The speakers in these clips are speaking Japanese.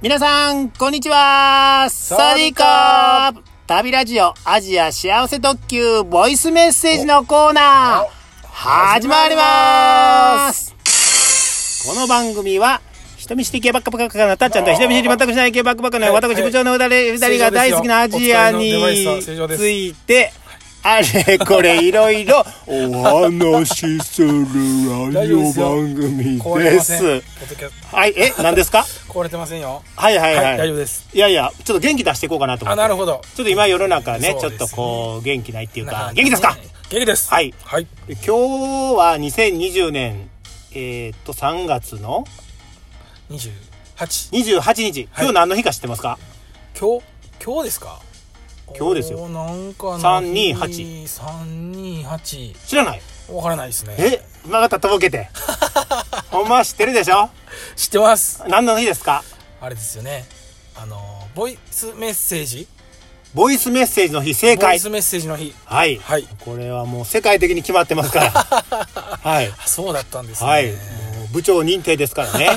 皆さん、こんにちはササデディィカカー旅ラジオアジア幸せ特急ボイスメッセージのコーナー始まりますこの番組は人見知り系ばっかばっかなたっちゃんと人見知り全くしない系ばっかばっかなはいはい私部長の二人二人が大好きなアジアにつ正常ですよいてあれこれいろいろお話しするラジオ番組壊れてでません。ポすッ。ドキャスはい、え、何ですかト壊れてませんよ。はいはいはい。はい大丈夫です。いやいや、ちょっと元気出していこうかなと思あ、って。なるほど。ちょっと今世の中ね、ちそょうっですとねこう、元気ないっていうなかなかか、元気ですかね元気です。はいはい。今日は2020年、えーっと、3月の二十八。 28日。はい今日何の日か知ってますか、今日今日ですか。今日ですよおーなんか三二八。三二八。知らないわからないですね。えまたとぼ けて。ほんまは知ってるでしょ知ってます。何の日ですかあれですよね。あのーボイスメッセージ。ボイスメッセージの日、正ボイ解ス。メッセージの日。はい。はいこれはもう世界的に決まってます から。はい。あそうだったんですね。はい、もう部長認定ですから ね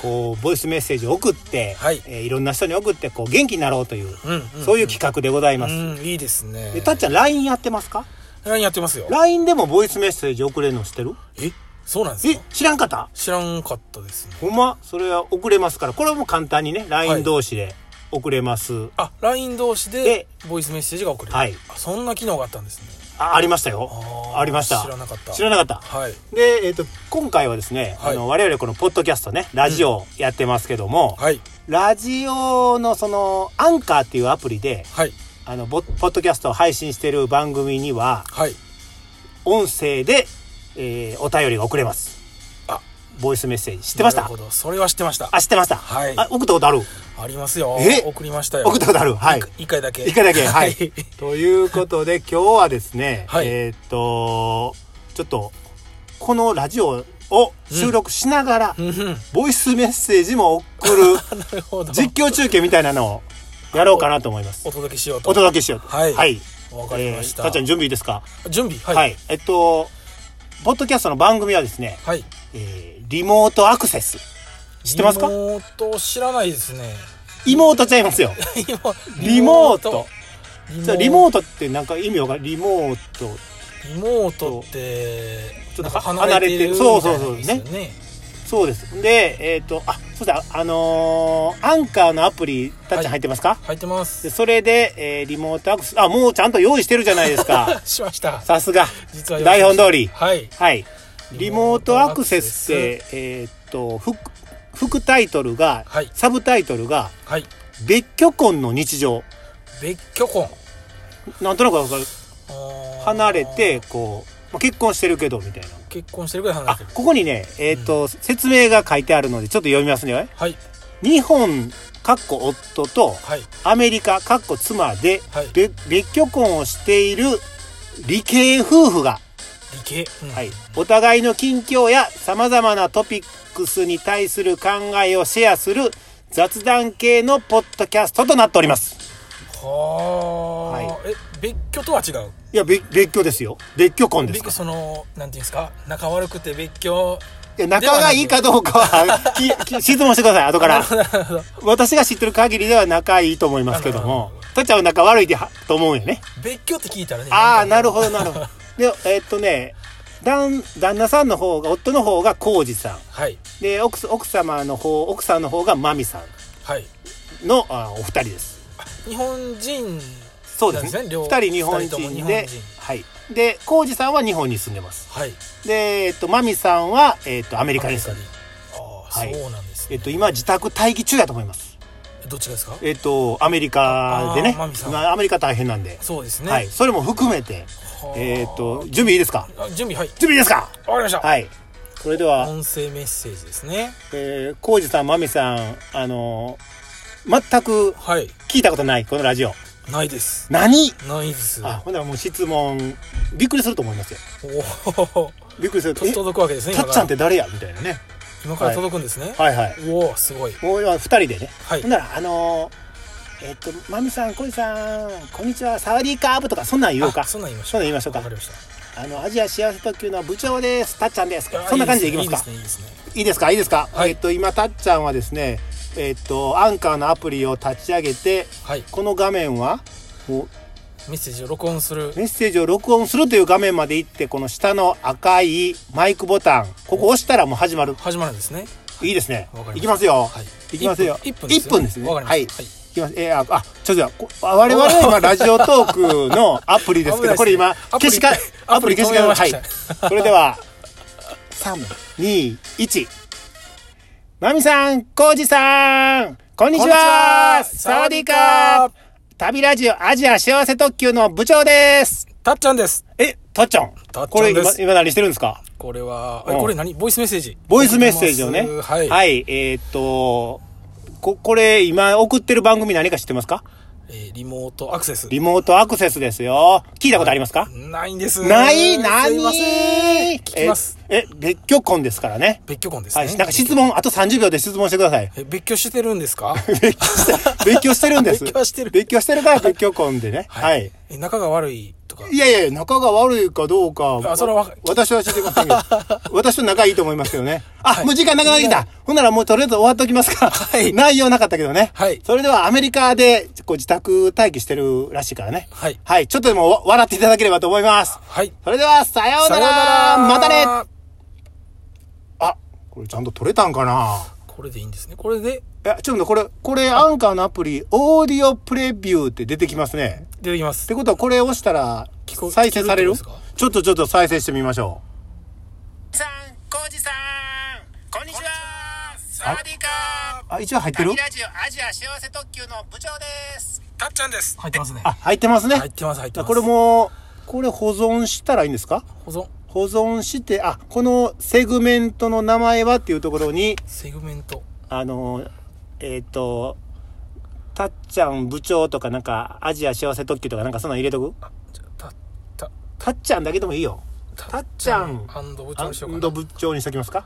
こうボイスメッセージを送って、はいえーいろんな人に送ってこう元気になろうという、うんうんそういう企画でございます、うんいいですね。でたっちゃん LINE やってますか何やってますよ。 LINE でもボイスメッセージ送れるの知ってるえそうなんですえか。知らんかった知らんかったですね。ほんまそれは送れますからこれはもう簡単にねは LINE い同士で送れます、あ、LINE 同士ででボイスメッセージが送れる。はいあそんな機能があったんですね。あありましたよあーありました知らなかった知らなかったはい。で、えっと今回はですね、はいあの我々このポッドキャストねラジオやってますけども、はい。ラジオのそのアンカーっていうアプリではい。あのボポッドキャストを配信してる番組にははい。音声で、えーお便りが送れますあボイスメッセージ知知ってましなたるほど。それは知ってました。あ知ってました、はいあ送ったことあるありますよ。え送りましたよ。送ったことあるはい一回だけ。一回 だけはいはいということで今日はですね、はいえーっとちょっとこのラジオを収録しながら、うんうん。ボイスメッセージも送 るなるほど。実況中継みたいなのをやろうかなと思いますお届けしようと。お届けしようとはいはいわかりました。えーたっちゃん準備いいですか準備はい、はい。えっとポッドキャストの番組はですね、はい。えーリモートアクセス知ってますか妹知らないですね。妹ちゃいます よ今 リモート。リモーそうト。リモートってなんか意味わかるリモートリモートって、ちょっとなんか離れてるみそたいな意うそうそう味ですよね。そうですでえっ、とあそうだあのーアンカーのアプリたっちゃん入ってますか、入ってますで。それで、えーリモートアクセスあもうちゃんと用意してるじゃないです か しました。さすが実は台本通りはい。はいリリモーモートトアアククセセススってえっ、と副副タイトルが、はいサブタイトルがはい。 「別居婚の日常別居婚。」なんとなくわかるあー離れて。こう、まあ結婚してるけどみたいな結婚してるぐらい離あれてる。ここにねえっ、と、説明が書いてあるのでちょっと読みますねはい。日本かっこ夫とはい。アメリカかっこ妻で、はいべ別居婚をしている理系夫婦が、理系。うんはい、お互いの近況やさまざまなトピックスに対する考えをシェアする雑談系のポッドキャストとなっておりますはあ、え、別居とは違う。いや別別居ですよ別居婚で別すか居、その、なんていうんですか。仲悪くて別居。 いや仲がいいかどうかはきき質問してください後からなるほど。私が知ってる限りでは仲いいと思いますけどもなるほとっちゃんは仲悪いではと思うよね別居って聞いたらね。ああなるほほどな るほどでえっとね旦旦那さんの方が夫の方が浩二さんど。はい。で奥す奥様の方奥さんの方が真美さはい。んのあーお二人です日本人。そうですなんね両二人日本二人とも日人本で人はいで浩二さんは日本に住んでますはい。で、えっと、真美さんは、えっと、アメリ理カに住んでああ、はいそうなんです、えね。っと今自宅待機中だと思いますどっちがですか。えっとアメリカでねあー真美さんまあアメリカ大変なんでそうですね。はい、それも含めて、はあえっ、と、準備いいですかあ準備はい準備いいですかわかりました、はい。それでは、音声メッセージですねえー、コウジさん、マミさん、あのー全くはい聞いたことない、このラジオ。ないです何ないですあ、ほんならもう質問、びっくりすると思いますよ。おおびっくりすると、え、届くわけですねた今っかちゃんらって誰やみたいなね。今から届くんですね、はいはい。おおすごいもう今、二人でね。はいほんなら、あのーえっ、と、マミさん、コウジさん、こんにちは、サワディーカーブとか、そんなん言おうか。あそんなん言いましそょんうなん言いましょうかわかりましあの、アジア幸せ特急の部長です。たっちゃんです。そんな感じでいきますかいいですねいいですねいいですかいいですか、はいえっと、今、たっちゃんはですね、えっと、アンカーのアプリを立ち上げて、はいこの画面は、もメッセージを録音するうメッセージを録音するという画面まで行って、この下の赤いマイクボタン、ここ押したらもう始まる。始まるんですねいいですねわか。いりましたきますよ。はいいきますよ。一分一分ですね。わかりましたはい。いはいきます。えーあ、あ、ちょっと、こ我々は今、ラジオトーク のアプリですけど、危ないですねこれ今、アプ消リしか、アアププリリ消しか、止はめいま。それでは、3、2、1。ナミさん、コウジさん、こんにちはこんにちはサワディーカー旅ラジオアジア幸せ特急の部長ですたっちゃんですえ、たっちゃんたっちゃんこれで今す、今何してるんですかこれはえうんこれ何ボイスメッセージボイスメッセージをね。はい、えーっと、こ、これ、今送ってる番組何か知ってますかえーリモートアクセスリモートアクセスですよ。聞いたことありますか、ないんですないす何いません聞きますえ、え別居婚ですからね。別居婚ですはね、い。なんか質問、あと30秒で質問してください。え別居してるんで すか別居 して、別居してるんです。別居はしてる別居してるから別居婚でね。はい。え仲が悪いとかいやいや、仲が悪いかどうか。あそれはわか私は知ってま せんけど。私と仲いいと思いますけどね。あ、はいもう時間なくなってきた。ほんならもうとりあえず終わっときますか。はい内容なかったけどね。はいそれではアメリカで、こう自宅待機してるらしいからね。はいはい。ちょっとでもわ笑っていただければと思います。はいそれでは、さようならまたねあ、これちゃんと撮れたんかなこれでいいんですねこれでいや、ちょっとこれ、これアンカーのアプリ、オーディオプレビューって出てきますね。出てきまっすてことはこれ押したら聞こ再生される聞けるってことですちょっとちょっと再生してみましょうさんこうじさんこんにちはサワディカーあ一応入ってるラジオアジア幸せ特急の部長ですたっちゃんです入ってますねあ入ってますね入ってます入ってますこれもうこれ保存したらいいんですか保存保存してあこのセグメントの名前はっていうところにセグメントあのえっ、とたっちゃん部長とかなんかアジア幸せ特急とかなんかそんなの入れとくじゃたたたっちゃんだけでもいいよたっちゃんアンド部長にしようアかンなド部長にしときますか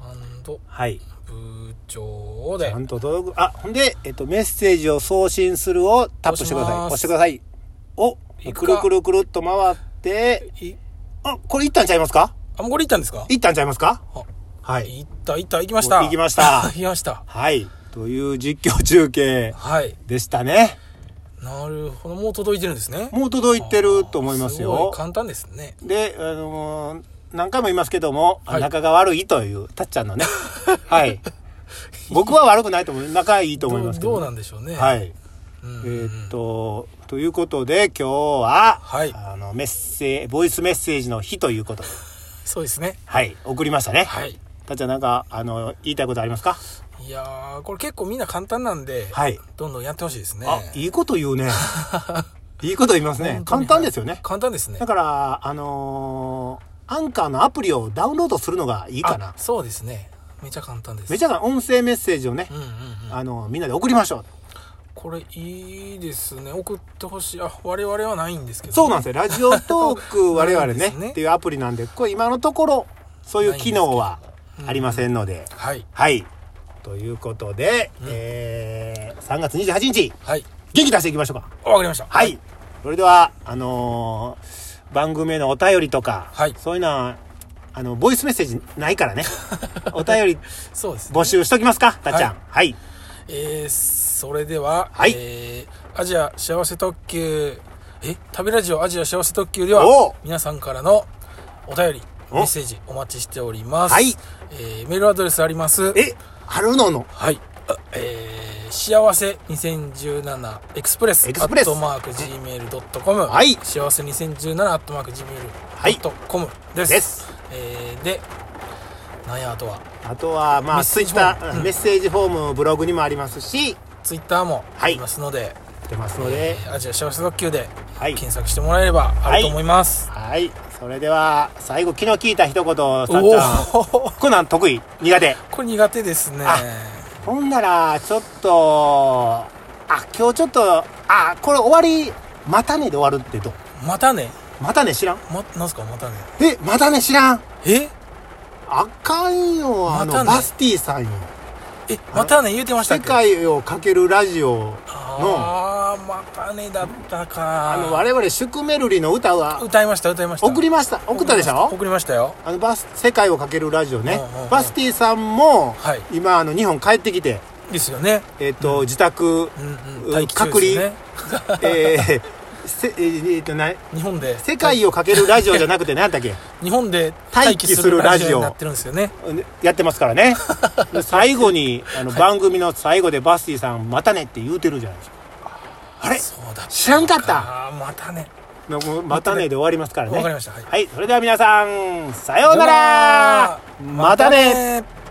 アンドはい。部長でアンド道具、あ、ほんで、えっと、メッセージを送信するをタップしてください。押押ししてますください。お、いくくるかくるくるっと回って、いあ、これいったんちゃいますかあもうこれ行ったんですかいったんちゃいますかあはい。行った行った行きました行きました 行きましたはい。という実況中継はいでしたね。なるほどもう届いてるんですねもう届いてると思いますすごよい。簡単ですねで、あのー何回も言いますけども、はい仲が悪いという、たっちゃんの ね。はい。僕は悪くないと思う。仲いいと思いますけどうど。どうなんでしょうねはい。うんえーっと、ということで今日は、はいあの、メッセボイスメッセージの日ということで、そうですねはい、送りましたね。はいたっちゃんなんか、あの、言いたいことありますか、いやーこれ結構みんな簡単なんで、はいどんどんやってほしいですねあ、いいこと言う ね。いいこと言いますね。簡単ですよね。簡単ですねだから、あのーアンカーのアプリをダウンロードするのがいいかなあ。そうですねめちゃ簡単ですめちゃが音声メッセージをね、うんうんうんあの、みんなで送りましょう。これいいですね送ってほしいあ我々はないんですけどそうなんですよ。ラジオトーク我々ないねんですねっていうアプリなんで、これ今のところ、そういう機能はありませんので。はいはい。ということで、えー、3月28日、はい元気出していきましょうか。わかりましたはい。それでは、あのー番組へのお便りとか、はいそういうのは、あの、ボイスメッセージないから ね。お便りそうですね募集しときますか、たっちゃん。はい。えー、それでは、はいえーアジア幸せ特急え旅ラジオアジア幸せ特急ではおう皆さんからのお便りおメッセージお待ちしております、はいえーメールアドレスありますえ、あるのの、はいあえー幸せ2017エクスプレスエクスプレスアットマーク Gmail.com、はい幸せ2017アットマーク Gmail.com です、ですえーでなんやあとはあとは、まメあ、ッツセイーッジフォームター、うんメッセージフォーム、ブログにもありますし、ツイッターもはあいりますので、出ますので、えーアジア幸せ特急ではい。検索してもらえればあると思います、はい。それでは、最後、昨日聞いた一言、さっちゃん。お おコナン得意苦手。これ苦手ですねあほんなら、ちょっと、あ、今日ちょっと、あ、これ終わり、またねで終わるってどうまたねまたね知らんまなんすかまたねえ、またね知らんえあかんよ、あの、またねバスティさんよ。えまたね言うてました世っけ界をかけるラジオの、ああーまかねだったかあの、我々、宿メルリの歌は、歌いました歌いました送りました。送ったでしょ送りましたよあの、バス、世界をかけるラジオねうんうんう。んバスティさんもはい、今、あの、日本帰ってきて、ですよねえっと、自宅うん、うんうん待機中隔です離ね、 えー、せえーえっと、な、日本で世界をかけるラジオじゃなく て、何だっけ日本で待待機機すするるララジジオオになってるんですよねやってますからね。で最後に、あの、番組の最後でバスティさん、またねって言うてるじゃないですか。あれそうだ知らんかったあーまたねもうまたねで終わりますからね。わかりましたはいはい、それでは皆さん、さようならまたねまたね